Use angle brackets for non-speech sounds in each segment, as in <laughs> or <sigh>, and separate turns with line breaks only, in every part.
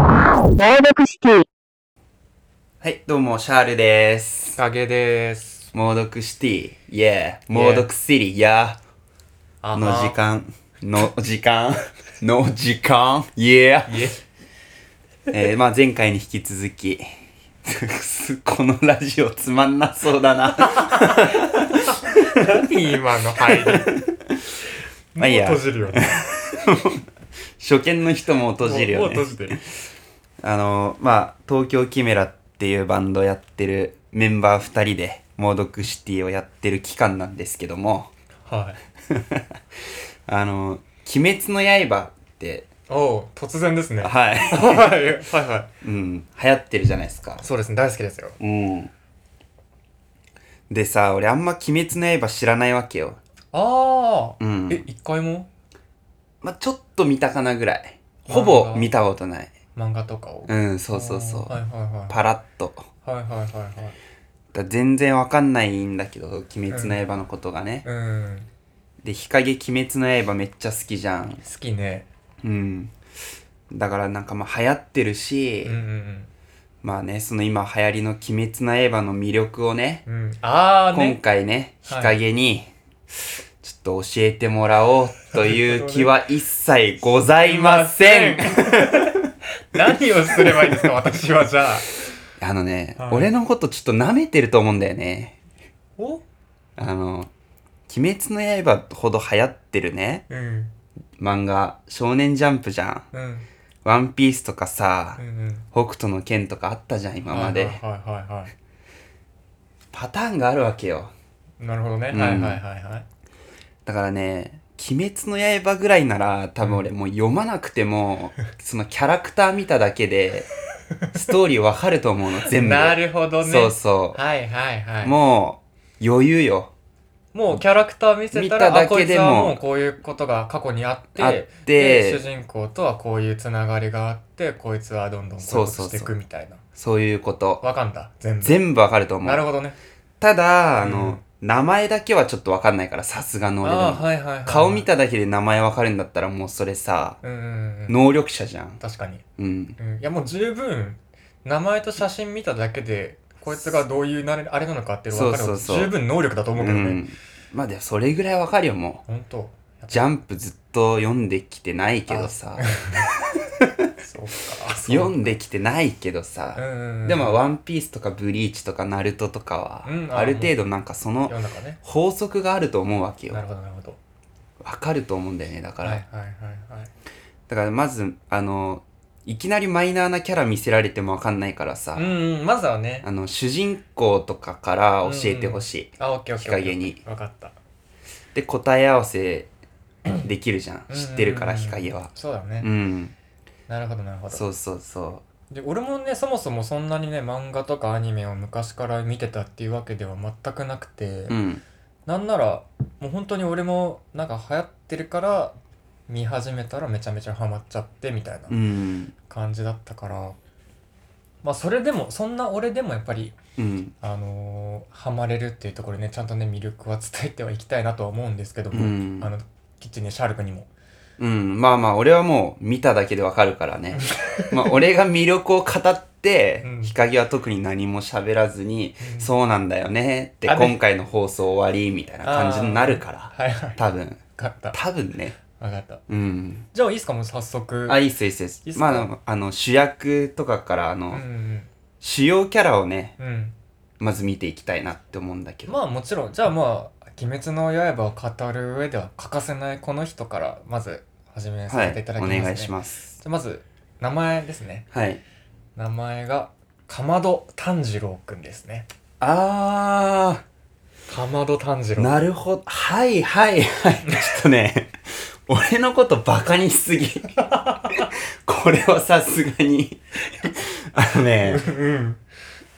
朗読シティ。
はい、どうも、シャールです。
影です。
猛毒シティ、イェー、猛毒シティ、や
あ
ー、の時。間、の時間、の時間、イェー。
いえ、
えー、まあ前回に引き続き、 <laughs> このラジオつまんなそうだな。
何今の入り。
まあいいや
もう閉じるよね。
初見の人も閉じるよ
もうもう
ね。
閉じてる。
あの、まあ、東京キメラっていうバンドやってるメンバー2人で、猛毒シティをやってる期間なんですけども、
はい。
あの、鬼滅の刃って、
おう、突然ですね。はい
はい、
<laughs> はいは
うん、流行ってるじゃないですか
い。。そうですね、大好きですよ。
うん。でさ、俺あんま鬼滅の刃知らないわけよ。
ああ。
うん
え、一回も
まあ、ちょっと見たかなぐらい。ほぼ見たことない。
漫画とかを。
うん、そうそうそ。
あーはいうは
パラッと。
いはい。はいはいはいはい。
だ全然わかんないんだけど、鬼滅の刃のことがね。
うん。
で、日陰鬼滅の刃めっちゃ好きじゃん。
好きね。
うん。だからなんかまあ流行ってるし、
うんうん
まあね、その今流行りの鬼滅の刃の魅力をね、
うん。うん。ああ
今
ね。
回ね、
は
日
い
陰に、ちょっと教えてもらおうという気は一切ございません
<laughs> 何をすればいいんですか、私はじゃあ。
あのね、
はい
俺のことちょっと舐めてると思うんだよね。
お
あの、鬼滅の刃ほど流行ってるね、
うん。
漫画、少年ジャンプじゃん。
うん。
ワンピースとかさ
うんう、ん。
北斗の剣とかあったじゃん、今ま
はい
で。
はいはいはいは
パターンがあるわけよ。
い。なるほどね。
うん
はいはいはいはい。
だからね、鬼滅の刃ぐらいなら、多分俺もう読まなくても、 <laughs> そのキャラクター見ただけ
<laughs>
で、ストーリーわかると思うの、全部。
なるほどね。
そうそ
はいはいは
う。
い。も
もう、余裕よ。
うキャラクター見せ
見
た
た
ら、
だ
あ、こ
け
いつ
でも
はもうこういうことが過去にあって、
あって
で主人公とはこういうつながりがあって、こいつはどんどんこういうことしてい
そうそうそ
く
う
みたいな。
そういうこと。
わかんだ、全部。
全部わかると思
なる
う。
ほどね。
ただ、あ
う
の
ん、
名前だけはちょっとわかんないから、さすがの俺で
ああ、
も。
はいはいはいはい。
顔見。ただけで名前わかるんだったら、もうそれさ、
うんうんうん。
能力者じゃん。
確かに。
うん。
うん。いやもう十分、名前と写真見ただけで、こいつがどういうなれあれなのかって分かる
そうそうそう
十分能力だと思う
う
けどね。
ん。まあでも、それぐらいわかるよ、もう。
ほんと。
ジャンプずっと読んできてないけどさ。
そうか。
読んできてないけどさ、
うんうん。
でも「ワンピースとか「ブリーチ」とか「ナルト」とかは、
うん
ある程度なんかその
読んだかね。
法則があると思うわけよ
なるほどなるほど。
わかると思うんだよねだから、
はいはいはいはい。
だからまずあのいきなりマイナーなキャラ見せられてもわかんないからさ、
うんうん、まずはね。
あの主人公とかから教えてほしい、
あ、オッケーオッケー。
日陰に。
わかった。
で答え合わせできるじゃん、
うんうん
知
うん
ってるから日陰は
そうだ
う
ね
ん、。
なるほどなるほど。
そうそうそ
で、俺もね、そもそもそんなにね、漫画とかアニメを昔から見てたっていうわけでは全くなくて
うう、ん
なんなら、もう本当に俺もなんか流行ってるから、見始めたらめちゃめちゃハマっちゃってみたいな
うん
感じだったから、まあそれでも、そんな俺でもやっぱり、
うん
あのーハマれるっていうところねちゃんとね魅力は伝えてはいきたいなとは思うんですけども、
うん
あのキッチンねシャールクにも
うん、まあまあ、俺はもう見ただけでわかるから
<laughs>
ね。まあ、俺が魅力を語って
うん、
日陰は特に何も喋らずに、
うん
そうなんだよねって、
あね
今回の放送終わり、みたいな感じになるから。
<laughs> はいはい
多分。
分かった
多分ね。
分かった
うん。
じゃあいいっすかもう早速
あ、い
い
いっす、いいっすいいっす
いいっす
ま
か
ああの、あの、主役とかから、あの、
うん
主要キャラをね、
うん、うん、
まず見ていきたいなって思うんだけど。
まあもちろんじゃあまあ「鬼滅の刃」を語る上では欠かせないこの人からまず始めさ
は
せてい
い
た、だき
お
ます、ね
願いしますす。
じゃあまず名前ですね
はい。
名前がかまど炭治郎くんですね
あ
かまど炭治
ー、
郎
なるほど。はい、はい、はい。 <laughs> ちょっとね。俺のことバカにしすぎ。 <laughs> これはさすがに。 <laughs> あのね、
うん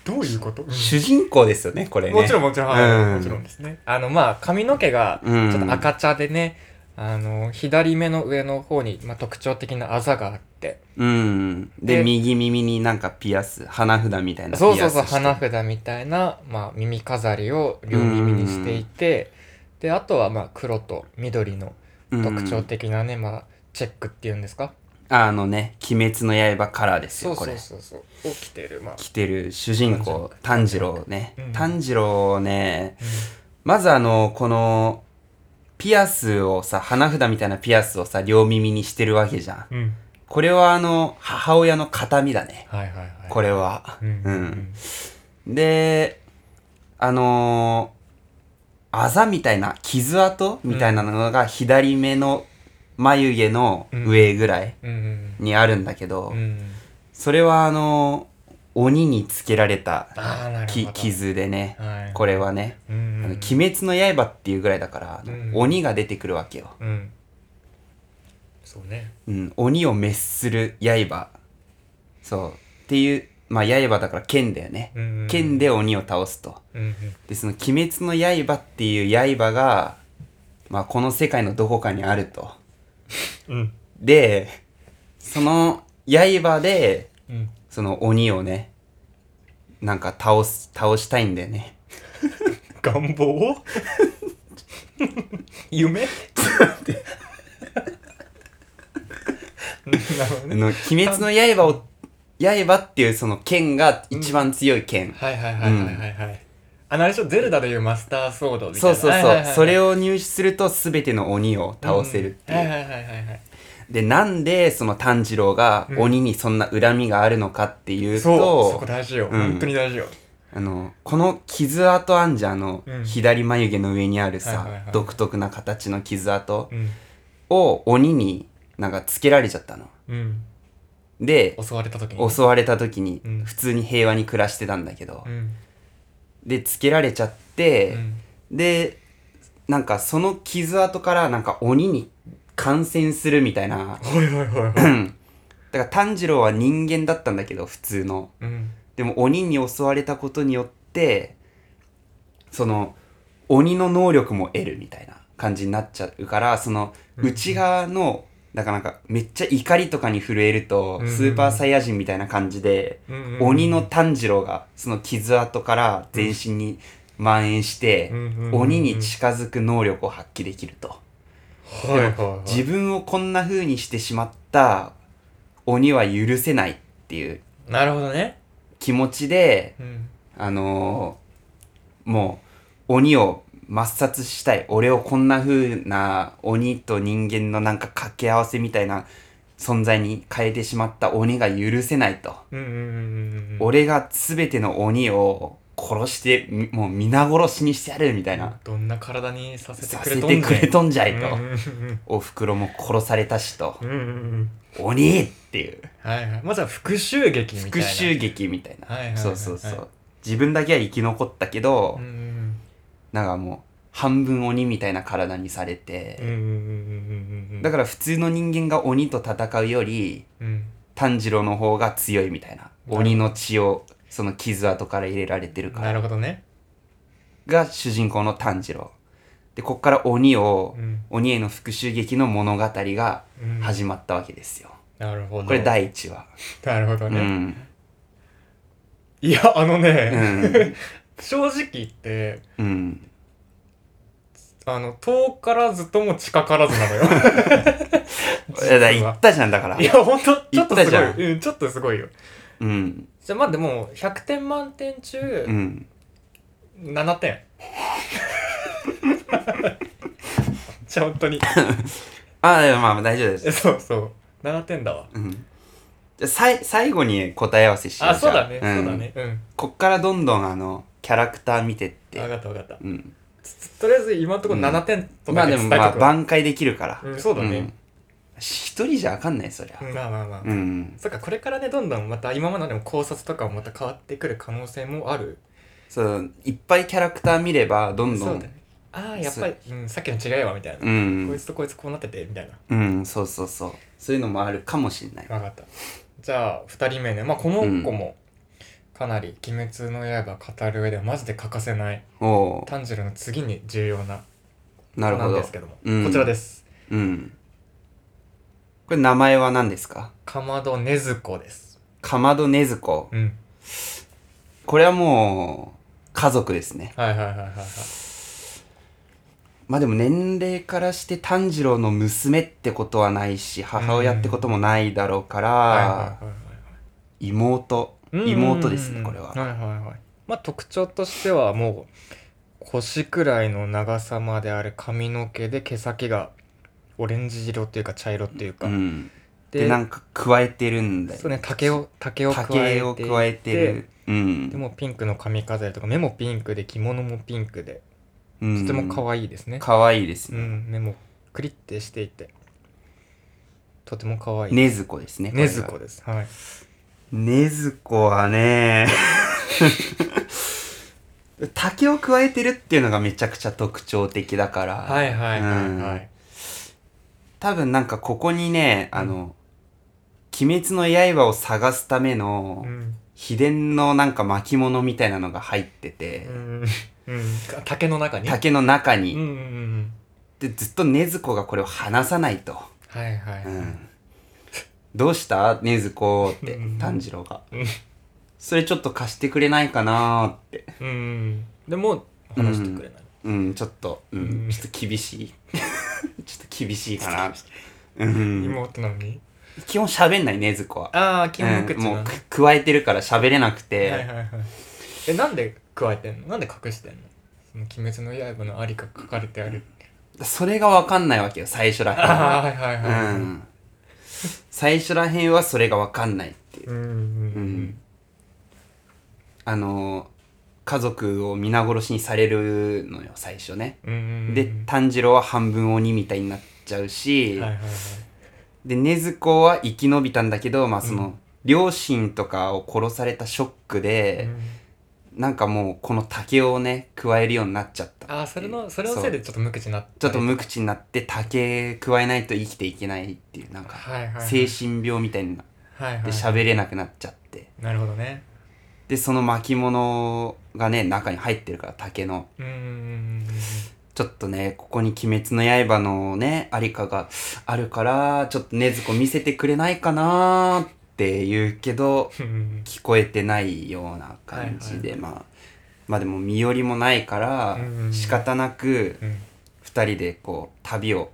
どういうこと、うん
主人公ですよね、これね。
もちろんもちろん、はい
うん
もちろんですね。あの、まあ、髪の毛が、ち
うん
ょっと赤茶でね、あの、左目の上の方に、まあ、特徴的なあざがあって、
うん。で、
で
右耳になんかピアス、花札みたいなピアスして。
そうそうそう、花札みたいな、まあ、耳飾りを両耳にしていて、で、あとは、まあ、黒と緑の
うん
特徴的なね、まあ、チェックっていうんですか
あのね「鬼滅の刃」カラーです
そ
よ
う
こ
そう
れ
そうそう起きてるまあ、
来てる主人公炭治郎ね、
うん
炭治郎ねまずあのこのピアスをさ花札みたいなピアスをさ両耳にしてるわけじゃん
うん、うん、
これはあの母親の形見だね
はいはいはい
こ
れ
れは
うん、
うんであのーあざみたいな傷跡みたいなのが左目の眉毛の上ぐらい
うんうん
にあるんだけど、
うんうん
それはあのー鬼につけられた
あーなるほ
き
ど
傷でね
はい
これはね「
う
あ
ん
の
うん
鬼滅の刃」っていうぐらいだから、あの
うん
鬼が出てくるわけよ、
うんそうね
うん、鬼を滅する刃そうっていうまあ刃だから剣だよね、
うんうん
剣で鬼を倒すと。
うんうん
でその「鬼滅の刃」っていう刃が、まあ、この世界のどこかにあると
うん
でその刃で
うん
その鬼をねなんか倒す倒したいんだよね
願望 <laughs> 夢なるほ
「
ど
あ
ね
の鬼滅の刃を」刃っていうその剣が一番強い剣、
<laughs> はいはいはいはいはいはい、あのあれでしょゼルダでいうマスターソードみたい
そ
な
うそうそう、
はいはいはいはい
それを入手すると全ての鬼を倒せるっていう、
んはいはいはいはいはい
でなんでその炭治郎が鬼にそんな恨みがあるのかっていうと、
そうそこ大事よ、
うん
本当に大事よ
あのこの傷跡あんじゃんあの、
うん
左眉毛の上にあるさ、
はいはいはい
独特な形の傷跡
うん
を鬼になんかつけられちゃったの
うん
で
襲われた時に
襲われた時に
うん
普通に平和に暮らしてたんだけど、
うん
でつけられちゃっ
う
て、
ん
でなんかその傷跡からなんか鬼に感染するみたいな
はいはいはいはい
だから炭治郎は人間だったんだけど普通の
うん
でも鬼に襲われたことによってその鬼の能力も得るみたいな感じになっちゃうからその
うん
内側の、だからなんかめっちゃ怒りとかに震えると、
うん
スーパーサイヤ人みたいな感じで、
うんうん
鬼の炭治郎がその傷跡から全身に蔓延して、鬼に近づく能力を発揮できると、
はいはいはい
自分をこんな風にしてしまった鬼は許せないっていう
なるほどね
気持ちで
うん
あのーもう鬼を抹殺したい俺をこんな風な鬼と人間のなんか掛け合わせみたいな存在に変えてしまった鬼が許せないと、
うんうんうんうんうん
俺が全ての鬼を殺してみもう皆殺しにしてやるみたいな、
どんな体にさせて
さ
くれ
せ
とんね
て
ん
くれとんじゃいと、
うんうん
おふくろも殺されたしと、
うんうんうんうん
鬼っていう
はいはいまずは復讐劇みた
復
いな
讐劇みたいな、
はいはいはいはい
そうそうそう、自分だけは生き残ったけど、
うんうん
なんかもう半分鬼みたいな体にされ
うんう
て、
んうんうんうんうん
だから普通の人間が鬼と戦うより
うん
炭治郎の方が強いみたいな
ど
鬼の血をその傷跡から入れられてるか
な
ら
るほどね
が主人公の炭治郎でこっから鬼を、
うん
鬼への復讐劇の物語が
うん
始まったわけですよ、
なるほど
これ第1話
なるほど
う
ね、
ん
いやあの
う
ね、
ん
<laughs> 正直言って
うん
あの遠からずとも近からずな
<laughs>
のよ
いやだから言ったじゃんだから
いやほんとちょっと
言っ
す
た
ご
じ
い
ゃん
うんちょっとすごいよ
うん
じゃあまあでも100点満点中
うん
7点 <laughs> じゃあ本当に
ああまあ大丈夫です
えそうそう7点だわ
うんじゃあさい最後に答え合わせしよう
あそうだ
じ
ね、
ゃあ
そうんだねうん
こっからどんどんあのキャラクター見てって
分かった分かった
うん、
つとりあえず今のところ7点と
ま
か
あ
で
で
伝
も
えとく
まあ
わ、
挽回できるから、
うんそうだね、
一人じゃあかんないそりゃ
うんまあまあまあ、
うん、
そっかこれからねどんどんまた今までの考察とかもまた変わってくる可能性もある
そういっぱいキャラクター見ればどんど
そうんだねああやっぱり、うん、さっきの違いはみたいな、
うん
こいつとこいつこうなっててみたいな
うんそうそうそうそういうのもあるかもしれない
分かったじゃあ2人目ねまあこの子もかなり「鬼滅の刃」語る上ではマジで欠かせない
おお
炭治郎の次に重要な
ーな
子
る
な
ほ
んで
ど
すけども
うん
こちらです
うんこれ名前は何ですか
かまどねずこです
かまどねずこ
うん
これはもう家族ですね
はいはいはいはいはい
まあでも年齢からして炭治郎の娘ってことはないし母親ってこともないだろうから、
はいはいはい
妹
はい
妹です
う
ね
ん
これは
はいはいはいまあ特徴としてはもう腰くらいの長さまである髪の毛で毛先がオレンジ色っていうか茶色っていうか、
うん、で
で
なんか加えてるんだよ
そうね竹を竹を加え
竹
て
を加えてるうん
でもピンクの髪飾りとか目もピンクで着物もピンクで
うん
とても可愛いですね、
可愛いです
う
ね
ん、目もクリッてしていてとても可愛い
禰豆子ですね
ねずこですはい
ねずこは
<laughs>
ね竹を加えてるっていうのがめちゃくちゃ特徴的だから、
はいはいはいはい
多分なんかここにねあの「鬼滅の刃」を探すための
うん
秘伝のなんか巻物みたいなのが入ってて、
うん、うん、竹の中に
竹の中に、
うんうんうん
でずっと禰豆子がこれを離さないと、
はいはい、
うん、どうした禰豆子って
うん
炭治郎が
うん
それちょっと貸してくれないかなーって
うんでも話してくれない、
うん、ちょっと、うん、
うん
ちょっと厳しい。 <laughs> ちょっと厳しいかな。うん、
妹なのに
基本喋んないね、ずこは。
ああ金木
うん
口なの、
もうく加えてるから喋れなくて、
はいはいはいえなんで加えてんのなんで隠してんのその鬼滅の刃のありか書かれてある
それがわかんないわけよ、最初らへん
ああ
は。
はいはいうはい、
ん、最初らへんはそれがわかんないっていう。
うんうん
あのー家族を皆殺しにされるのよ、最初ね。
うんうん
で、炭治郎は半分鬼みたいになっちゃうし、
はいはいはい
で禰豆子は生き延びたんだけど、まあその
う
両親とかを殺されたショックで、なんかもうこの竹をね加えるようになっちゃった
ああそれのそれのせいでちょっと無口になった
ちょっと無口になって竹加えないと生きていけないっていうなんか
はいはいは
精
い
神病みたいになって
はいはい
喋れなくなっちゃって
なるほどね
でその巻物がね中に入ってるから竹の
うんうんうん
ちょっとねここに「鬼滅の刃」のねありかがあるからちょっと禰豆子見せてくれないかなーって言うけど
うんうん
聞こえてないような感じで、
は
まあまあでも身寄りもないから
うんうんうん
仕方なく <laughs>
うん
2人でこう旅を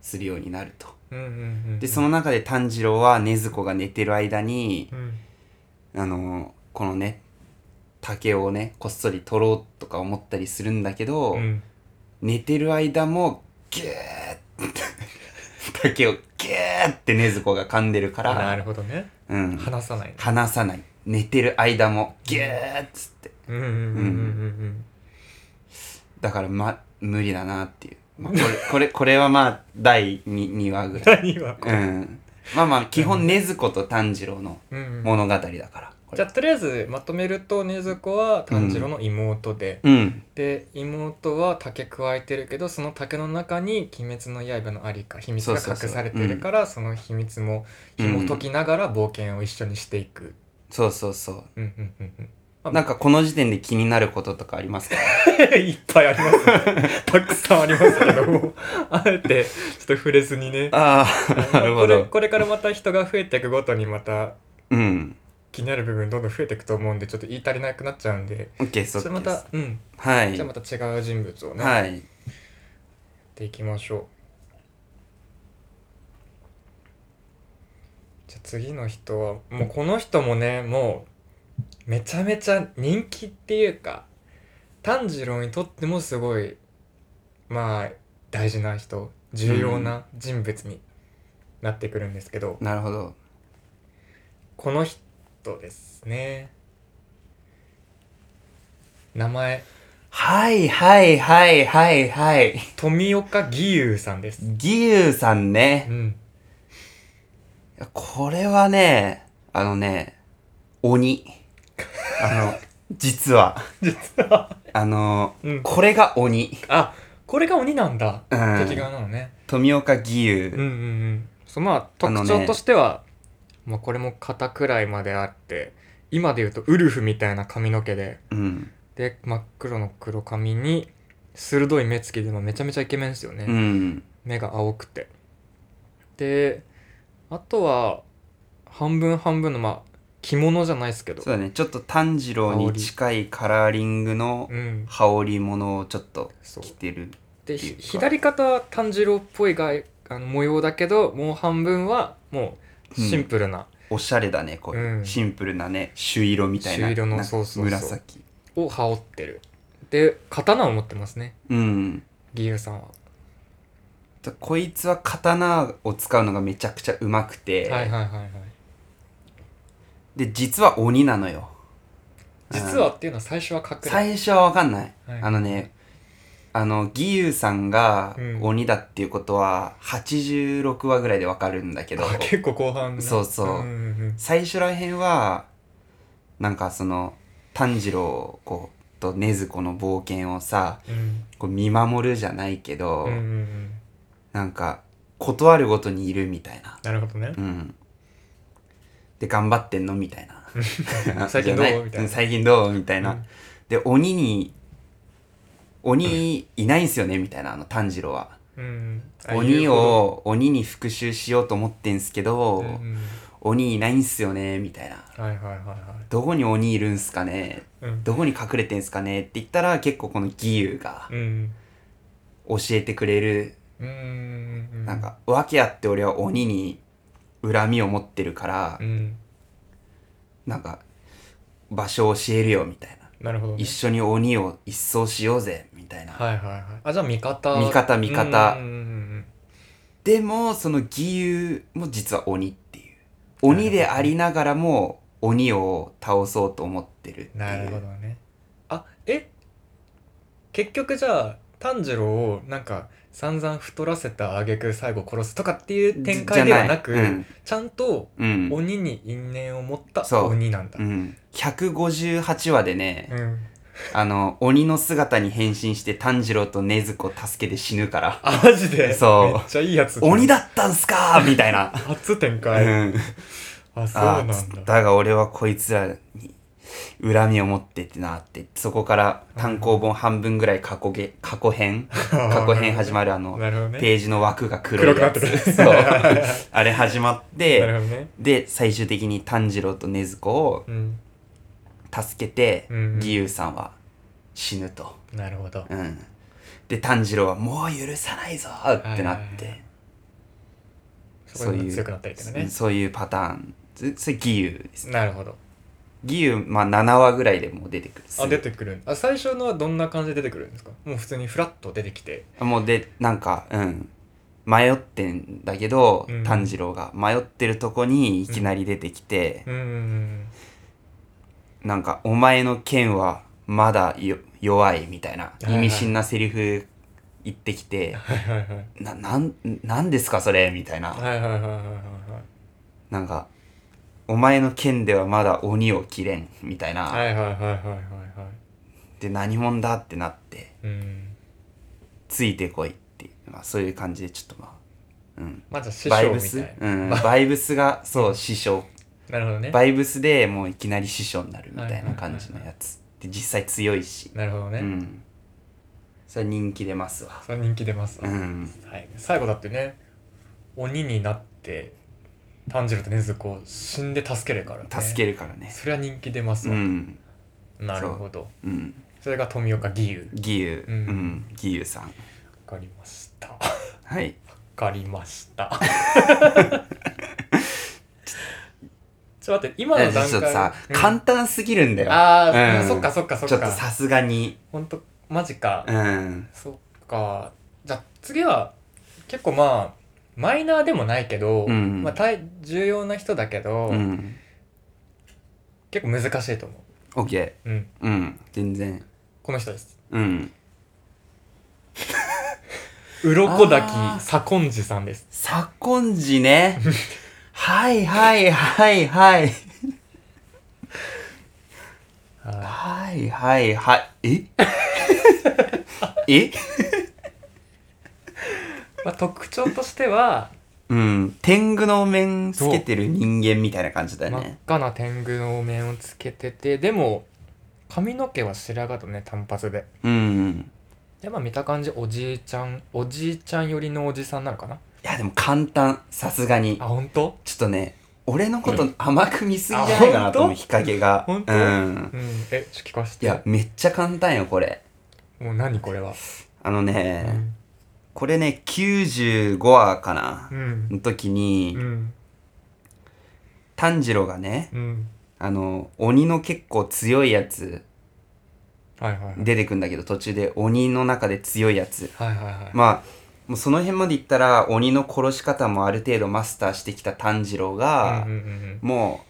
するようになると
うんうんうん
でその中で炭治郎は禰豆子が寝てる間に
うん
あのこのね竹をねこっそり取ろうとか思ったりするんだけど、
うん
寝てる間もギューッ竹をギューって禰豆子が噛んでるから
なるほどね
うん、
話さない
離さない寝てる間もギューッつって。
うんうんうんうんうん
だからま無理だなっていう、まあ、これ <laughs> これこれはまあ第 2, 2話ぐ
<laughs>
らい、
何はこ
うん、まあまあ基本禰豆子と炭治郎の
ううん
物語だからこ
じゃ
れ
あとりあえずまとめると禰豆子は炭治郎の妹で、
うん
で妹は竹加えてるけどその竹の中に「鬼滅の刃」のありか秘密が
そうそうそう
隠されてるからその秘密も紐解きながら冒険を一緒にしていく。
そうそうそ
うんうんうんうん
うなんかこの時点で気になることとかありますか
<laughs> いっぱいありますね。たくさんありますけども、あえてちょっと触れずにね。
あ
<laughs>
あなるほ
これ
ど
これからまた人が増えていくごとにまた
うん
気になる部分どんどん増えていくと思うんで、ちょっと言い足りなくなっちゃうんで、
OK そ
そうれまた、うん、
はい
じゃあまた違う人物をね、やっ
はい
ていきましょう。じゃあ次の人は、もうこの人もね、もうめちゃめちゃ人気っていうか、炭治郎にとってもすごい、まあ、大事な人、重要な人物になってくるんですけど、
なるほど
この人ですね。名前、
はいはいはいはいはい
富岡義勇さんです。
義勇さんね
うん。
これはね、あのね、鬼。
<laughs>
あの、実は。
実は。
あの、
うん。
これが鬼。
あ、これが鬼なんだ。
うん
敵側なのね。
富岡義
う
勇。
んうんうん。そうまあ
あの
特
ね
徴としては、まあこれも肩くらいまであって、今で言うとウルフみたいな髪の毛で、
うん。
で真っ黒の黒髪に鋭い目つきでもめちゃめちゃイケメンですよね。
うん。
目が青くて。で、あとは半分半分のまあ着物じゃないですけど、
そうだね、ちょっと炭治郎に近いカラーリングの
うん。
羽織物をちょっと
そう
着てる。
で
っていうか
ひ左肩は炭治郎っぽいがあの模様だけどもう半分はもうシンプルな、
おしゃれだねこういう、
うん
シンプルなね朱色みたいな
朱色の
なんか
そうそうそう
紫
を羽織ってるで刀を持ってますね
うん
義勇さんは、
だこいつは刀を使うのがめちゃくちゃうまくて、
はいはいはいはい
で実は鬼なのよ
実はっていうのは最初は隠れ
最初は分かんない、
はい
あのねあの義勇さんが
うん
鬼だっていうことは86話ぐらいで分かるんだけど、
あ <laughs> 結構後半な
そうそうん
んん
最初らへんはなんかその炭治郎こうと禰豆子の冒険をさ
うん
こう見守るじゃないけど、
うんうんうん
なんか断るごとにいるみたいな
なるほどね
うんで頑張ってんのみたいな
<laughs> 最近どう
じゃい
みたいな
うん最近どうみたいな、
うん
で鬼に鬼いないんすよねみたいなあの炭治郎は
うんあ
鬼
言うほ
を鬼に復讐しようと思ってんすけ
ど
ど、
うんうん
鬼いないんすよねみたいな
はいはいはいは
どこに鬼いるんすかね
いうん
どこに隠れてんすかねって言ったら結構この義勇が
うん
教えてくれる
うんうんうん
なんか訳あって俺は鬼に恨みを持ってるから、
うん
なんか場所を教えるよみたいな、
なるほどね
一緒に鬼を一掃しようぜみたいな、
はいはいはいあじゃあ味方
味方味方
うんうんうん
でもその義勇も実は鬼っていう鬼でありながらも鬼を倒そうと思ってるっていう
うんなるほどねあえ結局じゃあ炭治郎をなんか散々太らせた挙句最後殺すとかっていう展開ではなく
じゃうん
ちゃんと
うん
鬼に因縁を持った
そう
鬼なんだ
うん、158話でね、
うん
あの鬼の姿に変身して炭治郎と禰豆子を助けて死ぬから
あマジで
そう
めっちゃいいやつ
鬼だったんすかーみたい
<laughs>
な
初展
う
開
ん
あそうな
あ
ん
ー
だ
つだが俺はこいつらに恨みを持ってってなってそこから単行本半分ぐらい過去げ過去編過去編始まるあの
なるほどね
ページの枠が黒いやつ
黒くなってる <laughs>
そうあれ始まっ
なる
て
ほどね
で最終的に炭治郎と禰豆子を
うん
助けて
うんうん
義勇さんは死ぬと。
なるほど
うん、で炭治郎は「もう許さないぞ!」ってなって、
はいはいはいそこでも強くなったりとか
う
ね
んそういうパターンつそれ義勇です
なるほど
義勇まあ7話ぐらいでもう出てくる
あ出てくるあ最初のはどんな感じで出てくるんですかもう普通にフラッと出てきて
もうでなんかうん迷ってんだけど、
うん
炭治郎が迷ってるとこにいきなり出てきて、
うんうんうん
なんか「お前の剣はまだよ弱い」みたいない
はい
意味深なセリフ言ってきて
はいはいはい
「ななんなんですかそれ」みたいな
はいはいはいはいはいはい
なんか、お前の剣ではまだ鬼を切れん、みたいな。
はいはいはいはいはいは
で、何者だってなって、
いうん
ついてこいっていう、まあそういう感じで、ちょっとまあ、うん。
まずは師
バイ
匠
ブ
みた
ス
いな
うん。バイブスが、そう、師匠。
なるほどね
バイブスでもういきなり師匠になるみたいな感じの
はいはいはいはい
やつ。で、実際強いし。
なるほど
う
ね
ん。それは人気出ますわ。
それ人気出ますわ
うん。
はい最後だってね鬼になって炭治郎と禰豆子を死んで助けるからね
助けるからね。
それは人気出ます
う
わ
ん。
なるほど
うん。
それが富岡義勇
義勇。う
うん
ん。義勇さん。
わかりましたわ
はい。
かりました <laughs> ちょっと待って今の
え
段
ちょ
階
っとさ、
うん
簡単すぎるんだよ。
あー、
うん
そっかそっかそっ
ちょっと
か
さすがに。
ほんとマジか、
うん。
そっかじゃあ次は結構まあマイナーでもないけど、
うん
まあ、大重要な人だけど、
うん。
結構難しいと思
OK。
う、うん、
うん。全然。
この人です
うん。
鱗
あー
滝左近次さんです
左近次ね。
<laughs>
はいはいはいはい。
は
はいはいはい。 <laughs> ええ
いまあ、特徴としては
うん。天狗の面つけてる人間みたいな感じだよ
真っ
ね。
赤な天狗のお面をつけててでも髪の毛は白髪とね単発で
うん。
でまあ見た感じおじいちゃんおじいちゃん寄りのおじさんなのかない
やでも簡単。さすがに。
あ本当
ちょっとね、俺のこと甘く見すぎじゃないかなと思う、
あ
日陰が。
本当
うん。
うんえちょっと聞かせ
い
て
や、めっちゃ簡単よ、これ。
もう何これは、
あの
う
ね、
ん
これね95話かな
う、ん
の時に、
うん
炭治郎がね
うん
あの鬼の結構強いやつ
はいはいはい
出てくんだけど途中で鬼の中で強いやつ
はいはいはい
まあもうその辺までいったら鬼の殺し方もある程度マスターしてきた炭治郎が、
うんうんうん
も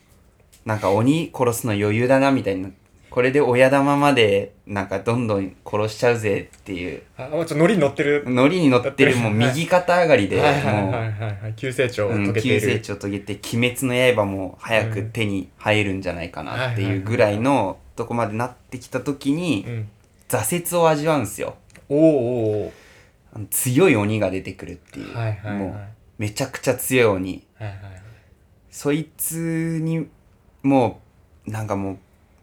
うなんか鬼殺すの余裕だなみたいなこれで親玉までなんかどんどん殺しちゃうぜっていう
あもうちょっとノリに乗ってる
ノリに乗ってるもう右肩上がり
は
で
い
も
はいは
う
いはいはい急成長を
う
遂
ん
げて
急
い
成
る
長を遂げて「鬼滅の刃」も早く手に入るんじゃないかなって
はいはい
い
は
う
い
ぐらいのとこまでなってきた時に
うん
挫折を味わうんですよ
おおお
あの強い鬼が出てくるっていう、
おはいはいはい
も
は
うめちゃくちゃ強い鬼
いはい
そいつにもうなんかもう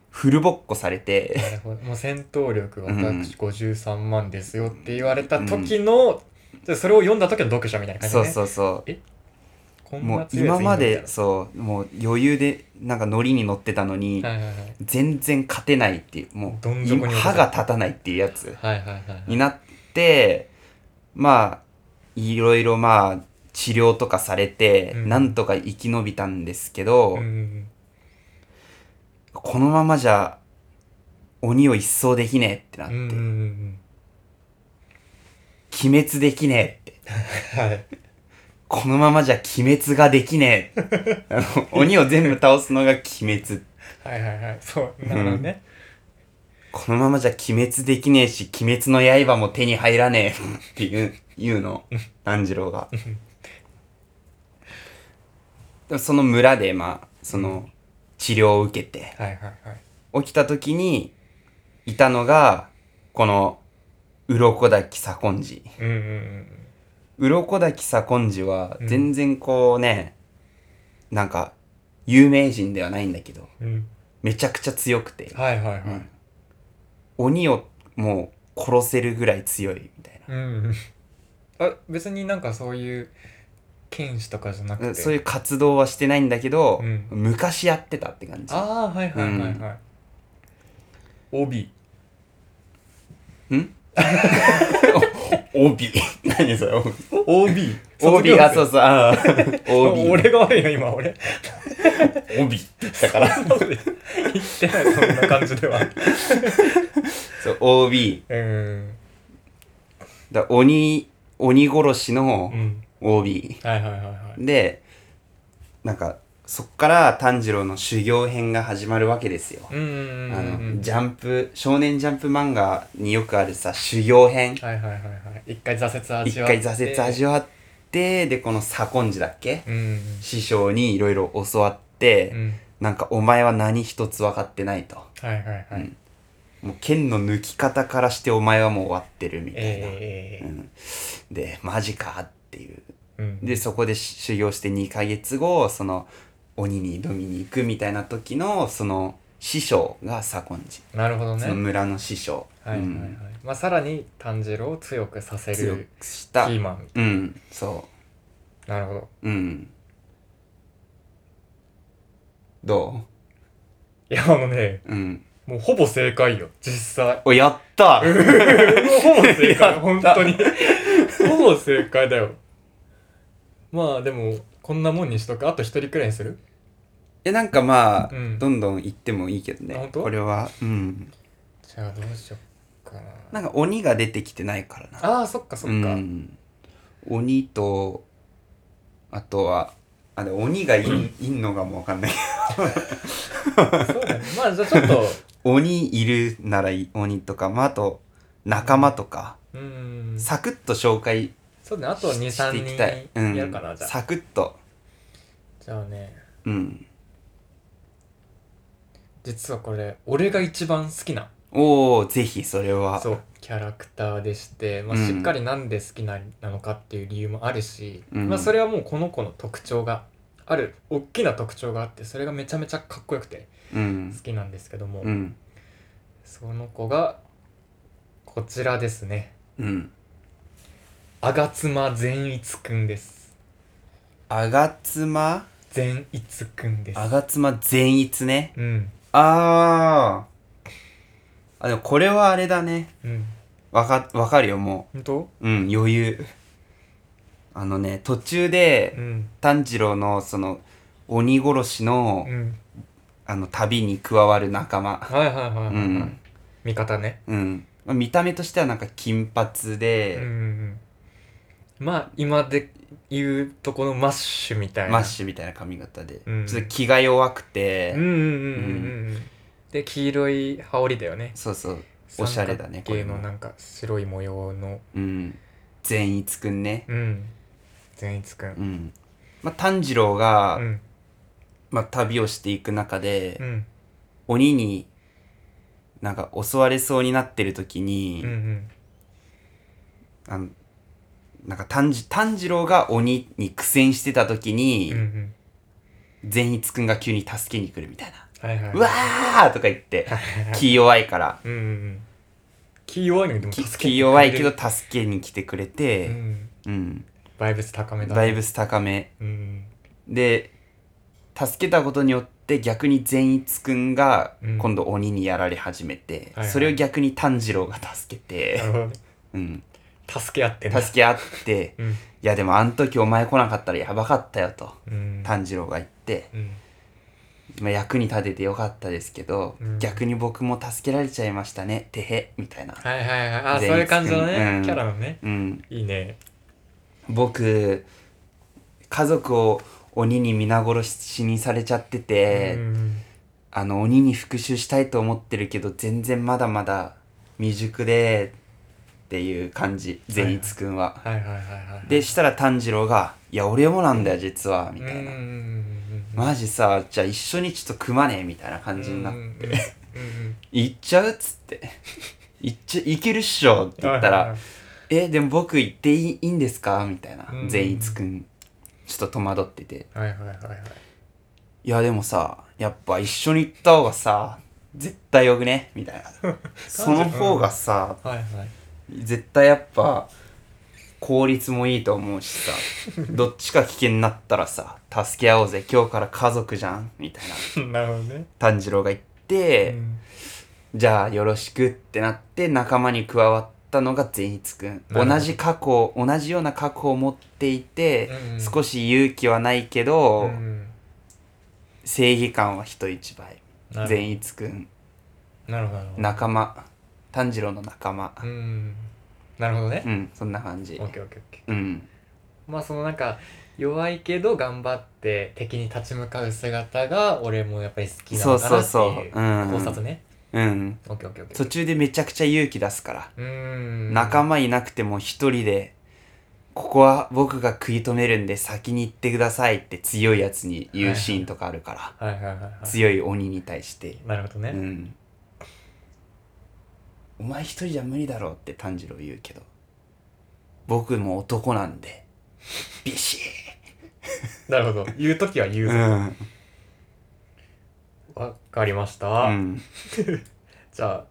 フルボッコされて
なるほどもう戦闘力
うん
私53万ですよって言われた時の、じゃあそれを読んだ時の読者みたいな感じ
そ
ね
うそうそ
こ
うんも
な
う
強い
今
やついいの
ま
みたいな
でそうもう余裕でなんかノリに乗ってたのに、
はいはいはい
全然勝てないっていうも
どん
う
底に
今
落とさ
歯
れた
が立たないっていうやつ
はいはいはいはい
になってまあいろいろまあ治療とかされて、
うん
なんとか生き延びたんですけど、
うんうん
このままじゃ鬼を一掃できねえってなっ
う
て、
んうんうんうん
鬼滅できねえって
はい
このままじゃ鬼滅ができねえあの鬼を全部倒すのが鬼滅
はいはいはいそうなるほどね、
このままじゃ鬼滅できねえし鬼滅の刃も手に入らねえっていういうの炭治郎がでもその村でまあその治療を受けて
はいはいはい
起きた時にいたのがこの鱗滝左近寺
うんうんうん
鱗滝左近寺は
うん
全然こうね、なんか有名人ではないんだけど
うん
めちゃくちゃ強くて、
はいはいはい、
うん鬼をもう殺せるぐらい強いみたい
うんうんあ別になんかそういう剣士とかじゃなく
な
て
そういう活動はしてないんだけど、
うん
昔やってたって感じ
ああはいはいはいはい、帯
ん
<laughs>
帯何それ <laughs>
OB
帯がそううそう
<laughs>
あー帯
俺が悪いの今俺
帯って言ったから
そんなこと言ってないそんな感じで <laughs> は
そう OB
うん
だから鬼鬼殺しの
うん
OB、
はいはいはいはい
でなんかそっから炭治郎の修行編が始まるわけですよ、
うんうん
あ
うんう
の
ん
ジャンプ少年ジャンプ漫画によくあるさ修行編
はいはいはいはい一回挫折
一
味わって
回挫折味わってでこの左近次だっけ、
うんうん
師匠にいろいろ教わって、
うん
なんかお前は何一つ分かってないと
はいはいはい、
うんもう剣の抜き方からしてお前はもう終わってるみたいな、
ええ
う
え
ん、でマジかっていう
えうん
でそこでし修行して2ヶ月後その鬼に挑みに行くみたいな時のその師匠が左近
なるほど
寺
ね
その村の師匠、
はいはいは
う
い、
ん、
まあさらに炭治郎を強くさせ
強
る
くし
キ
た
ーマン
うんそ
なるほど
ううんど
いやあのね
ううん
もうほぼ正解よ実際 <laughs>
おやった
ほぼ正
やっ
解、
た
本当に。ほぼ正解だよ。まあでも、こんなもんにしとく。あと一人くらいにする
えなんかまあ、
うん
どんどん行ってもいいけど
あ
ね
本当
これはうん
じゃあどうしよっか
な
な。
んか鬼が出てきてないからな
ああ、そっかそっか。
うん、鬼とあとはあでも鬼がい,、ん、いんのかもわかんない <laughs> け
そうだね。まあじゃあち
<laughs>
ょっと、
ど鬼いるならいい鬼とか、まあ、あと仲間とか、
うーん。
サクッと紹介
そうだね。あと2、
ししていきたい
3、人やるかな、
うん、
じゃあ。
サクッと
じゃあね、
うん
実はこれ、俺が一番好きな、
おおぜひそれは
そう、キャラクターでして、まあ
うん
しっかりなんで好きななのかっていう理由もあるし、
うん
まあそれはもうこの子の特徴が、ある大きな特徴があってそれがめちゃめちゃかっこよくて
う
好
ん
きなんですけども、
うん
その子がこちらですね
うん
あがつま善逸くんです
あがつま
善逸くんです
あがつま善逸ね
うん
あーあでもこれはあれだね
うん
わかわかるよも
本当
ううん余裕あのね途中で
うん
炭治郎のその鬼殺しの、
うん
あの旅に加わる仲間
はいはいはいはい、は
う
い
ん
味方ね
うん、まあ、見た目としてはなんか金髪
うんう
で、
んうんまあ今で言うとこのマッシュみたいな
マッシュみたいな髪型で、
うん
ちょっと気が弱くて、
うんうんうんうんうんで黄色い羽織だよね
そうそうおしゃれだねこ
これ
れ
の
も
なんか白い模様の
うん善逸くんね
うん善逸くん
うん、まあ、炭治郎が、
うん
まあ、旅をしていく中で、
うん
鬼になんか襲われそうになってる時に、
うんうん
あのなんか炭治炭治郎が鬼に苦戦してた時に、
うんうん
善逸くんが急に助けに来るみたいな
はいは
「
いう
わー!」とか言
<laughs>
って
はいはいはい
気弱いから
うんうんうん気弱いのにでも
気
<laughs> 助けてくれる
気弱いけど助けに来てくれ
う
て、
ん
うん
バイブス高めだ
バイブス高め
うん
で助けたことによって逆に善逸くんが
うん
今度鬼にやられ始めて、
はいはい
それを逆に炭治郎が助けて
な、 <laughs> るほどね
うん、
助け合ってんだ
助け合って
うん
「いやでもあの時お前来なかったらやばかったよ」と
うん
炭治郎が言って、
うん
まあ、役に立ててよかったですけど、
うん
逆に僕も助けられちゃいましたねてへみたいな、
はいはいはいあそう
善逸くん
いう感じの
う
ね
ん
キャラのね
うん、
いいね
僕家族を鬼に皆殺しにされちゃってて、
うん
あの鬼に復讐したいと思ってるけど全然まだまだ未熟でっていう感じ善逸くんは。
はいはいはいはい
でしたら炭治郎が「いや俺もなんだよ実は」み
うん
た
うんう
い
ん
な。
うん
マジさじゃあ一緒にちょっと組まねえみたいな感じになっ
うんうん
て
うん
「行っちゃう?」っつって「行っちゃいけるっしょ」って言った
はいはいは
ら
い
「えでも僕行っていいいいんですか?」みたいな
うん
善逸くんちょっと戸惑ってて
はいはいはいはい
「いやでもさやっぱ一緒に行った方がさ絶対よくね」みたい
<laughs>
なその方がさ
はいはい
絶対やっぱ効率もいいと思うしさどっちか危険になったらさ助け合おうぜ今日から家族じゃんみたいな
なるほどね
炭治郎が言って、じゃあよろしくってなって仲間に加わったのが善逸くん
なるほど
同じ過去同じような過去を持っていて、
うん
少し勇気はないけど、
うん
正義感は人一倍
なる
善逸くん
なるほどなるほど
仲間炭治郎の仲間
うんなるほどね
うん、そんな感じ
オッケーオッケーオッケ
うん
ーまあそのなんか弱いけど頑張って敵に立ち向かう姿が俺もやっぱり好きな
そ
の
う
か
そ
な
う
って
そう
いう
うん
考察ね
うん
オッケーオッケーオッケ
途
ー
中でめちゃくちゃ勇気出すから、
うーん
仲間いなくても一人でここは僕が食い止めるんで先に行ってくださいって強いやつに言うシーンとかあるから、
はいはいはいはい
強い鬼に対して、
なるほど
う
ね
ん、お前一人じゃ無理だろうって炭治郎言うけど僕も男なんでビシ
なるほど言う時は
ッ
言うぞ
うん、
わかりまし
う
た
ん
じゃあ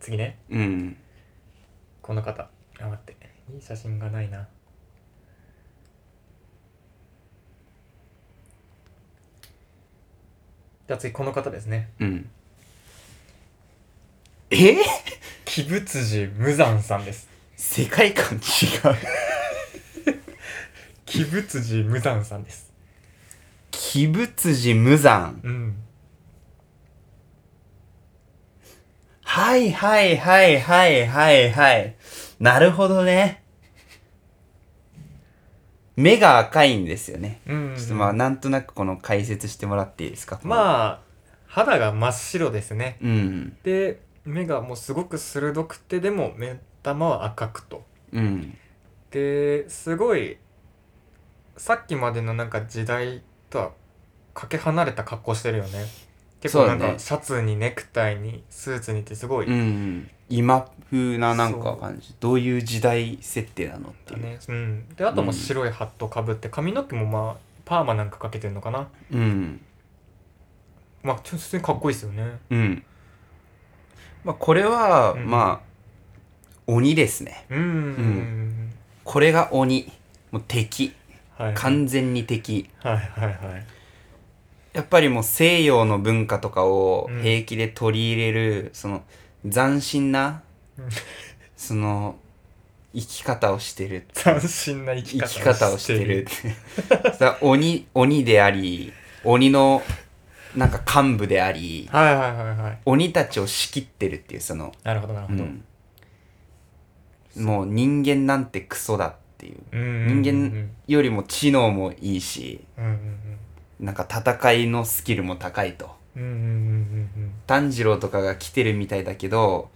次ね
うん、
この方あ待っていい写真がないなじゃあ次この方ですね
うん、え
鬼仏寺無惨さんです
世界観
<laughs>
違う
鬼仏寺無惨さんです
鬼仏寺無惨
うん
はいはいはいはいはいはい。なるほどね。目が赤いんですよね。
うん
ちょっとまあなんとなくこの解説してもらっていいですかあ。
まあ肌が真っ白ですね
うん。
で目がもうすごく鋭くてでも目玉は赤くと
うん。
ですごいさっきまでのなんか時代とはかけ離れた格好してるよね結構なん
そうだ
か
ね
シャツにネクタイにスーツにってすごい
うん。今風ななん
そ
か
う
感じ。どういう時代設定なのって
だ
いう。
ね、うん、であともう白いハットかぶって髪の毛もまあパーマなんかかけてるのかな
うん。
まあちょっと普通にかっこいいですよね
うん。まあこれは、
うん
まあ、鬼ですね。
うんん
これが鬼。もう敵。
はいはい
完全に敵。
はいはい
やっぱりもう西洋の文化とかを
うん
平気で取り入れる、その斬新な
うん
その生き方をしてる
斬新な生き
生き
方
方をしてるってさ鬼鬼であり鬼のなんか幹部であり
はいはいはいはい
鬼たちを仕切ってるっていうその、
なるほどなる
う
ほど、
ん、もう人間なんてクソだっていう
うんうんうん
人よりも知能もいいし
うんうん
なんか戦いのスキルも高いと
うんうんうんうんうん
炭治郎とかが来てるみたいだけど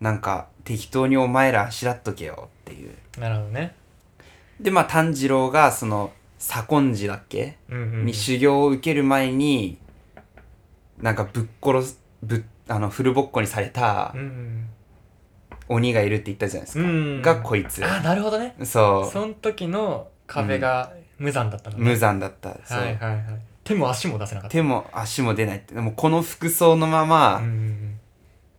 なんか適当にお前らあしらっとけよっていう
うんなるほどね
でまあ炭治郎がその左近寺だっけ
うんうんうん
に修行を受ける前になんかぶっ殺すぶっあのフルボッコにされた
うん
鬼がいるって言ったじゃないです
うんう
か、
ん
がこいつ
あなるほどね
そう
その時の壁が無残だったのね
無残だった、そう
はいはいはい手も足も出せなかった
手も足も出ないってでもこの服装のまま、
うんうん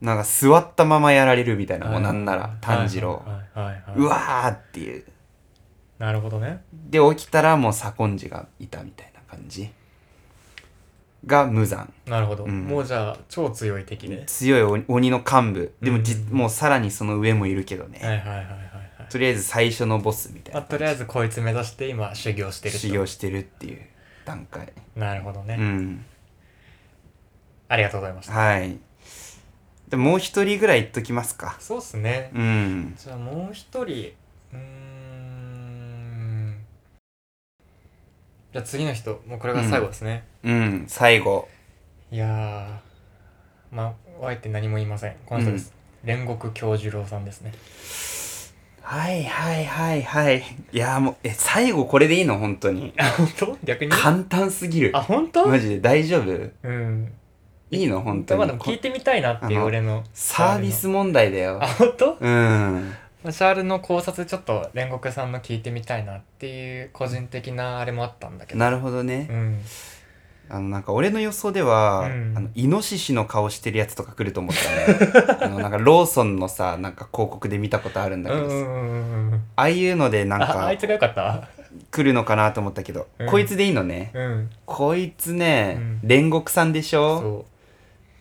なんか座ったままやられるみたい
うん
な、もうなんな
はい
ら炭治郎、
はいはいはいうわ
わーっていう
なるほどね
で起きたらもう左近次がいたみたいな感じが無残
なるほど、
うん
もうじゃあ超強い敵ね
強い鬼鬼の幹部でもじ、
うん
もうさらにその上もいるけどね、
はいはいはいはいはい
とりあえず最初のボスみたい
ま
な
あ、とりあえずこいつ目指して今修行してると
修行してるっていう段階
なるほどね、
うん
ありがとうございました
はいでもう一人ぐらい言っときますか
そうっすね
うん
じゃあもう一人うーんじゃあ次の人もうこれが最後ですね、
うん最後
いやーまああえて何も言いませんこの人です、煉獄杏寿郎さんですね
はいはいはいはいいやーもうえ最後これでいいの本当に
あ本当逆に
簡単すぎる
あ本当
マジで大丈夫
うん
いいの本当
まあ
に
でも
こ
聞いてみたいなってい
あ
う
の
俺の
サービス問題だよ
あ本当
うん
まあシャールの考察ちょっと煉獄さんの聞いてみたいなっていう個人的なあれもあったんだけど
なるほどね、
うん
あのなんか俺の予想では、
うん
あのイノシシの顔してるやつとか来ると思った
<laughs>
ねあのなんかローソンのさなんか広告で見たことあるんだ
う
け
ん
ど
う
さ、
んうんうん
ああいうのでなん
ああ
か
いつがよかった
来るのかなと思ったけど、
うん
こいつでいいのね、
うん
こいつね、
うん
煉獄さんでしょ
そう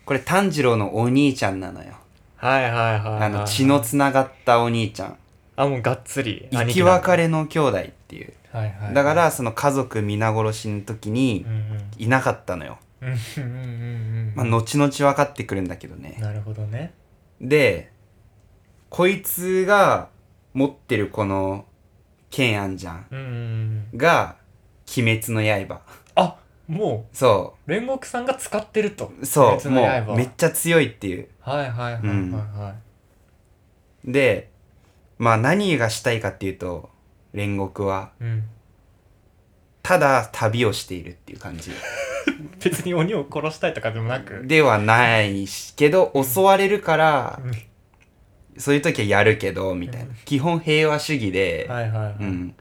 これ炭治郎のお兄ちゃんなのよ
はいはいはいはいはい
あの血のつながったお兄ちゃん
あもうがっつり
生き別
れ
れの兄弟っていう
はいはいはい
だからその家族皆殺しの時に
うんうん
いなかったのよ、
うんうんうん
まあ、
うん
後々分かってくるんだけどね、
なるほどね
でこいつが持ってるこの剣あんじゃん
うんうんうん
が「鬼滅の刃
あも」
そう
煉獄さんが使ってると
うそう
鬼滅の刃
もうめっちゃ強いっていう
はいはいはいはいは
でまあ何がしたいかっていうと煉獄はい
うん
ただ旅をしているっていう感じ
別に鬼を殺したいとかでもなく
ではないしけど襲われるから
うん
そういう時はやるけどみたいな基本平和主義で、
はいはいは
う
い
ん、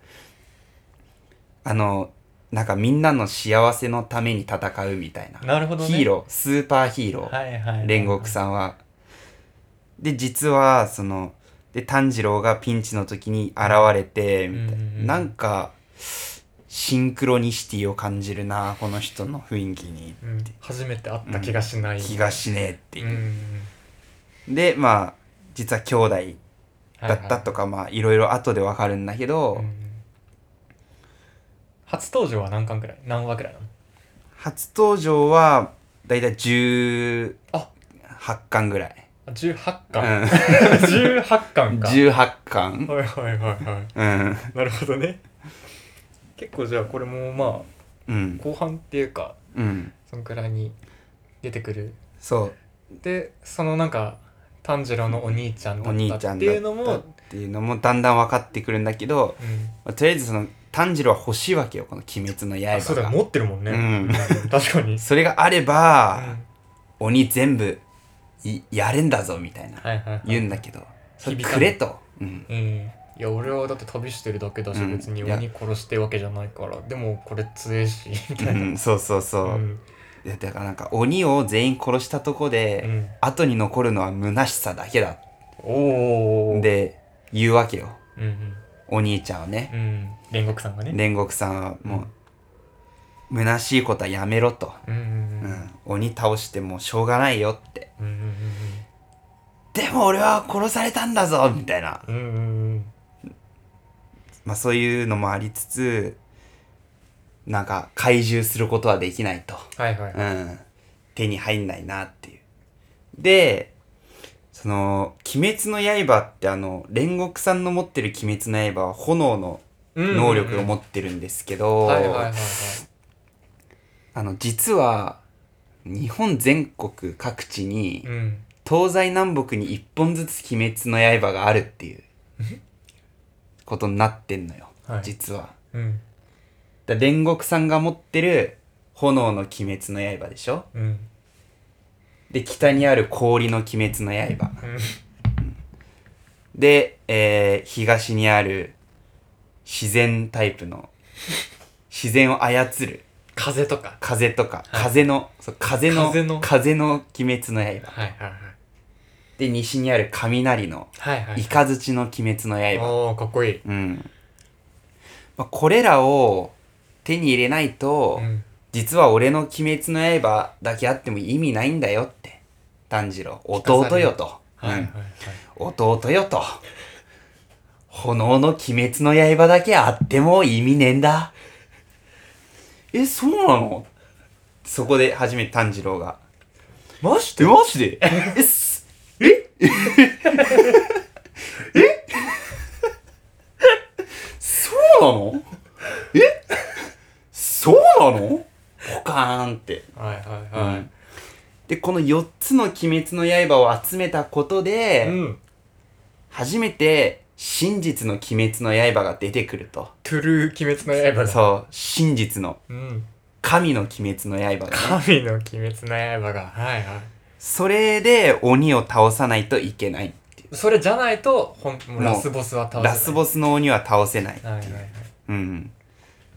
あのなんかみんなの幸せのために戦うみたいな
なるほどね
ヒーロースーパーヒーロー、
はいはいはい
煉獄さんは。で実はそので炭治郎がピンチの時に現れてみたいな、
うんうんうん
なんかシンクロニシティを感じるなこの人の雰囲気に
うん初めて会った気がしない
気がしねえって
う
い
ん
う
う。ん
でまあ実は兄弟
はい
だ
はい
ったとか、まあいろいろ後でわかるんだけど、
うん初登場は何巻くらい何話くらいなの
初登場はだいたい18
あ
巻ぐらい、
あ18
う
巻
ん、
<laughs> 18
<laughs>
巻か
18巻
はいはいはいは
うん
いなるほどね結構じゃあこれも
う
まあ
ん
後半っていうか
うん
そのくらいに出てくる
そう
でそのなんか炭治郎のお兄ちゃん
お兄
だっ
ち
た
ゃ
っ
ん
て
だ
いうの
っ
も
たっていうのもだんだん分かってくるんだけど、
うん
まあ、とりあえずその炭治郎は欲しいわけよこの「鬼滅の
あ
刃
そうだよ
が
持ってるもんね、
うん
<laughs> 確かに、
それがあれ
うん
ば、鬼全部いやれんだぞみたいな
はいはい、はい、
言うんだけど、それ
響かな
く
い
れと、うん、
うんいや俺はだって旅してるだけだし、
うん
別に
いや
鬼殺してるわけじゃないからでもこれ強えしみた
う
いな、
んそうそう
う
そう、
ん
でだからなんか鬼を全員殺したとこで、
うん
後に残るのは虚しさだけだ
おお、
で言うわけよ
うんうん
お兄ちゃんはね
うん、煉獄さんがね
煉獄さんはもう虚しいことはやめろと、
うんうん
うん、鬼倒してもしょうがないよって
うんうんうんうん
でも俺は殺されたんだぞみたいな、
うんうん
まあ、そういうのもありつつなんか懐柔することはできないと、
はいはい、
うん、手に入んないなっていうでその「鬼滅の刃」ってあの煉獄さんの持ってる「鬼滅の刃」は炎の
うん
能力を
っ
持ってるんですけど、
はいはいはいはい
あの実は日本全国各地に、
うん
東西南北に一本ずつ鬼滅の刃があるっていうことになってんのよ、
はい
実は。
うん
だ煉獄さんが持ってる炎の鬼滅の刃でしょ
うん
で北にある氷の鬼滅の刃
うん
で、えー東にある自然タイプの自然を操る
風とか
風とか
はい
風の、そう風の
風の
風の鬼滅の刃
はいはいはい
で西にある雷の
はいはい
雷の鬼滅の刃、
おおかっこいい、
うん。まあ、これらを手に入れないと、
うん、
実は俺の鬼滅の刃だけあっても意味ないんだよって。炭治郎、弟よと。
はいはいは
う
い
ん弟よと。炎の鬼滅の刃だけあっても意味ねえんだ。え、そうなのそこで初めて炭治郎が。
マジ
え、マジでえすええそうなのえそうなのポカーンって。
はいはいは
で、この4つの鬼滅の刃を集めたことで、
いうん
初めて真実の鬼滅の刃が出てくると。
トゥルー鬼滅の刃だ
そう、真実の、
うん
神の鬼滅の
<laughs>
刃が、ね。
神の鬼滅の刃がはいはい
それで鬼を倒さないといけないっていう。
それじゃないとほんも
もう
うラスボスは倒せない
ラスボスの鬼は倒せない。
はいはいはい
うん。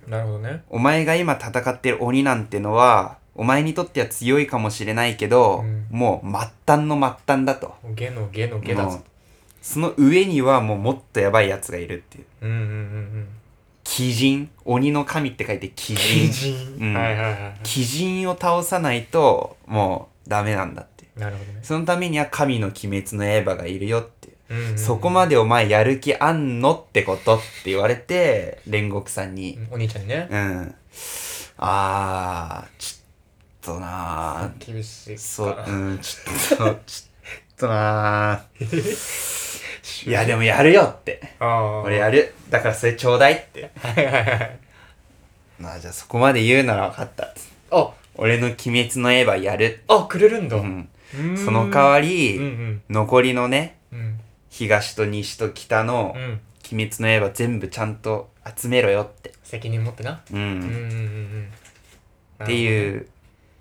なるほどね
お前が今戦ってる鬼なんてのは、お前にとっては強いかもしれないけど、
うん
もう末端の末端だと。
ゲのゲのゲだ
も
ぞ
うその上にはもうもっとやばいやつがいるっていう。
うんうんうん
鬼人。鬼の神って書いて鬼
うん鬼
人。
人、
うん
はいはいは
鬼人を倒さないと、もうダメなんだっていう。
いなるほどね、
そのためには神の鬼滅の刃がいるよっていう。
うんうんうん
そこまでお前やる気あんのってことって言われて、煉獄さんに。
お兄ちゃんにね
うん。あー、ちょっとなー。
厳しいか
そう、うん、ちょっと、 <laughs> ちょっとなー。いや、でもやるよって。
ああ
俺やる。だからそれちょうだいって。
はいはいはい
まあじゃあそこまで言うなら分かったっつって。
<laughs> あ
俺の鬼滅の刃やる。
あくれるんだ、
うん。
うーん
その代わ
う
り、
ん
残りのね、
うんうん
東と西と北の
うん
鬼滅の刃全部ちゃんと集めろよって。
責任持ってな
うん。
うんうんうんうん
っていう、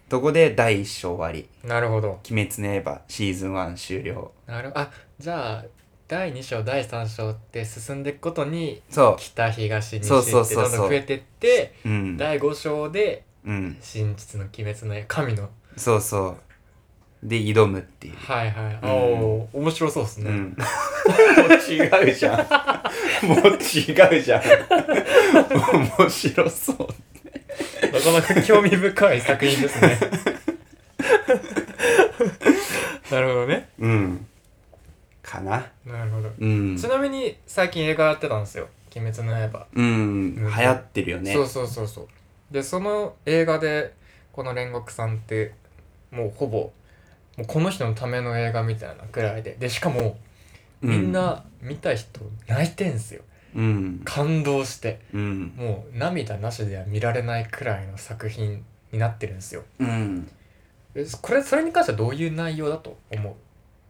とこで第一章終わり。
なるほど
鬼滅の刃シーズン1終了。
なるほどあじゃあ第2章第3章って進んでいくことに
そ
北東西
そうそう
って
そう
ど
そうん
どん増えてって
う。うん。
第5章で
うん。
真実の鬼滅の刃神の
そうそう。で、挑むっていう。
はいはい、あ
うん
おー面白そうですね、
うん。もう違うじゃん。
<laughs>
もう違うじゃん。面白そう。
なかなか興味深い作品ですね
<laughs>
なるほどね
うん。かな。
なるほど、
うん。
ちなみに最近映画やってたんですよ「鬼滅の刃」
うん。流行ってるよね。
そうそうそうそうでその映画でこの煉獄さんってもうほぼもうこの人のための映画みたいなくらいででしかも
う
みん。な見た人泣いてんすよ、
うん。
感動して
うん。
もう涙なしでは見られないくらいの作品になってるんですよ
うん。
えこれそれに関してはどういう内容だと思う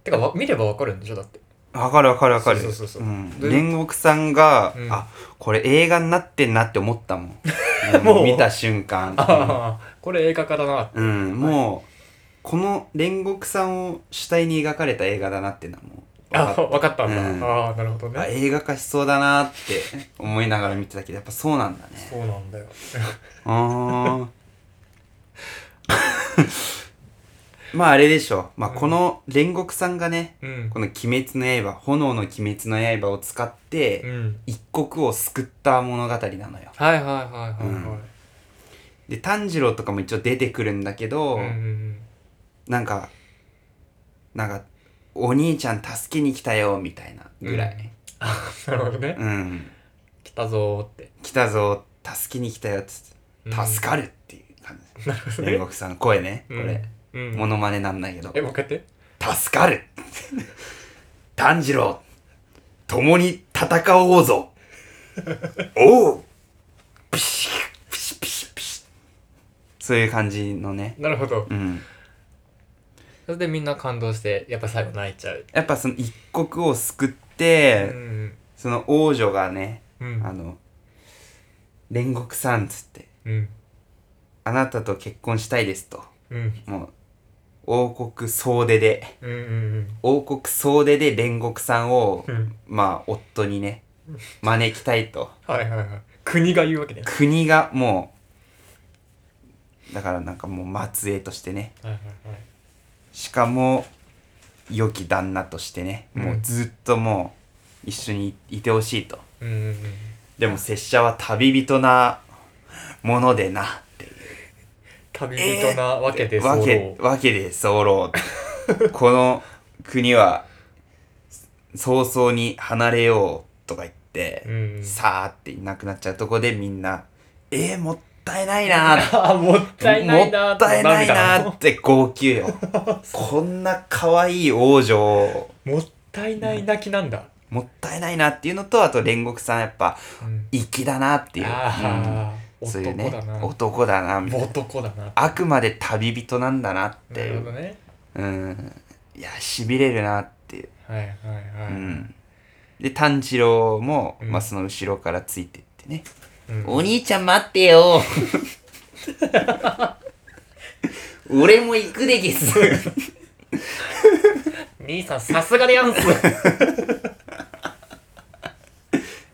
てかわ見ればわかるんでしょだって
わかるわかるわかる。
そうそうそうそうんで
煉獄さんが
う、ん
あ、これ映画になってんなって思ったもん。うん
<laughs> もう
見た瞬間。
ああ <laughs> これ映画化だな
うん、もう、この煉獄さんを主体に描かれた映画だなっていうのはもう
あ
分かっ
分かったんだ、
うん
ああなるほど
た、あ
ね
映画化しそうだなって思いながら見てたけど、やっぱそうなんだ
<laughs>
ね。
そうなんだよ
あー <laughs> まああれでしょう。まあ
うん
この煉獄さんがね、
うん
この鬼滅の刃、炎の鬼滅の刃を使っ
う
て、
ん
一国を救った物語なのよ。
はいはいはいはいはい、
で、炭治郎とかも一応出てくるんだけど、
うんうんうん
なんか、なんか、お兄ちゃん助けに来たよみたいなぐらい、
あなるほどね
うん
来たぞーって
来たぞ助けに来たよっつって助かるっていう感じ
<laughs> なるほど
煉
ね
獄さん声ねこ
うん
れ、
うん
モノマネなんないけど
えもう一回やって
助かる炭治郎共に戦おうぞおうピシッピシッピシッピシッそういう感じのね
なるほど
うん
それでみんな感動してやっぱ最後泣いちゃう
やっぱその一国を救っ
う
て、
ん
その王女がね
う
あ
ん
の煉獄さんっつって
うん
あなたと結婚したいですと
うん
もう王国総出で
うんうん
王国総出で煉獄さんを
うん
まあ夫にね招きたいと
はいはいはい国が言うわけね
国がもうだからなんかもう末裔としてね
はいはいはい
しかも良き旦那としてねもうずっともう一緒にいてほしいと
うんうんうん
でも拙者は旅人なものでなっていう
旅人なわけで
わ
そう
けわけで候ろうこの国は早々に離れようとか言って、
うん
さーっていなくなっちゃうとこでみんな「えー、もったいないなー」
あもったいないなー
もったいないなー
涙
って号泣
<laughs>
よこんな可愛い王女を
もったいない泣きなんだ、
もったいないなっていうのとあと煉獄さんやっぱ
うん、
粋だなっていう、
ああ、
うんそういう
男だ
ね
な
男だなみたいな
男だなっ
あくまで旅人なんだなって
ないる
う
ほどね
うんいやしびれるなっていう、
はいはいはい、
うん、で炭治郎も、
うん
まあ、その後ろからついてってね
うん
「お兄ちゃん待ってよ <laughs> 俺も行くでげす」
兄さんさすがでや
<laughs>
んす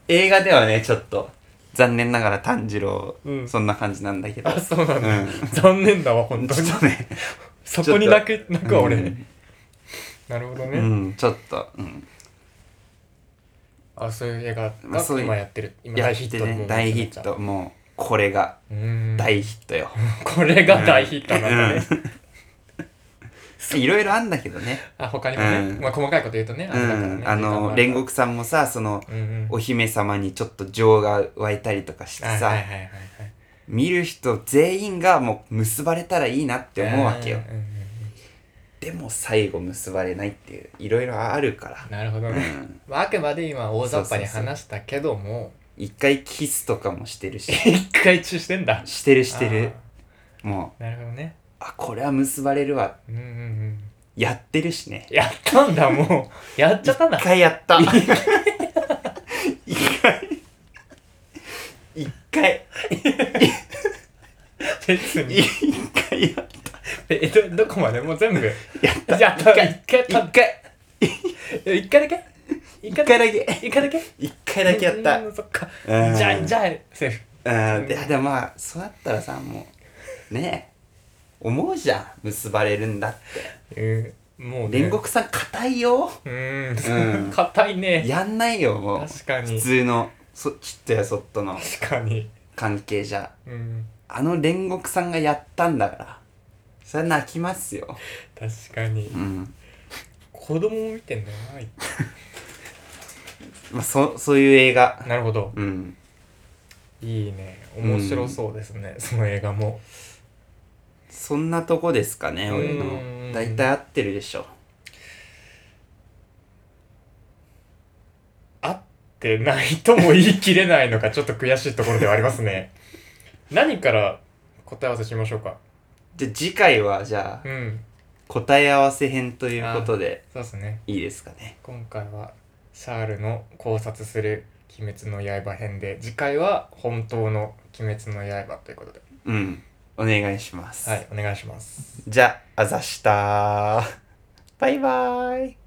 映画ではねちょっと残念ながら炭治郎、
うん
そんな感じなんだけど
あそうなんだ、
うん
残念だわ本当
ち
に
ょっと
<laughs>
ね
そこに泣
ちょ
く泣くわ俺、
うん
なるほどね、
うんちょっと、うん、
あそういう映画
まあそう
が
いう
今やってる今
や
大
っ
ヒッ
て
トだと思
ね
う
大ヒットもうこれが
うん
大ヒットよ、
これが大ヒットなんだね、
<laughs> いろいろあんだけどね
あ他にもね、
うん
まあ細かいこと言うとね、
う
れだからね
ん、あの
時
煉
間も
獄さんもさその
あるからうんうん
お姫様にちょっと情が湧いたりとかして
はい
さ、
はいはいはいはい
見る人全員がもう結ばれたらいいなって思うわけよ、
んうんうん
でも最後結ばれないっていういろいろあるから
なるほどね、
うん
まあ、あくまで今大雑把に
そうそうそう
話したけども
一回キスとかもしてるし
一回中止してんだ
してるしてるもう
あーなるほどね
あこれは結ばれるわ
うんうんうん
やってるしね
やったんだも
<laughs>
うやっちゃったんだ
一回やった一回一回
別に
一回やっ
えどどこまでもう全部
やっ
やった一回や
一
ったんだ
回
え一回だけ一
一回だけ
一回だけ
一回だけやった
うんそっかじ
うん
ゃあじゃあセーフ
うんいやでもまあそうだったらさもうねえ思うじゃん結ばれるんだって
えーもうね
煉獄さん硬いよ
うー
うんん
硬いね
やんないよもう
確かに
普通のそっちとやそっとの
確かに
関係じゃ
うん
あの煉獄さんがやったんだからそれは泣きますよ
確かに
うん
子供を見てんだよ
まあそそういう映画
ななるほど
うん
いいね面白そうですね、その映画も
そんなとこですかね俺
うん
の大体合ってるでしょ
合ってないとも言い切れないのがちょっと悔しいところではありますね何から答え合わせしましょうか
じゃあ次回はじゃ
う
あ
ん
答え合わせ編ということで
そうですね
いいですかね
今回はシャールの考察する「鬼滅の刃」編で次回は本当の「鬼滅の刃」ということで
うんお願いします、
はいお願いします
じゃああざしたーバイバーイ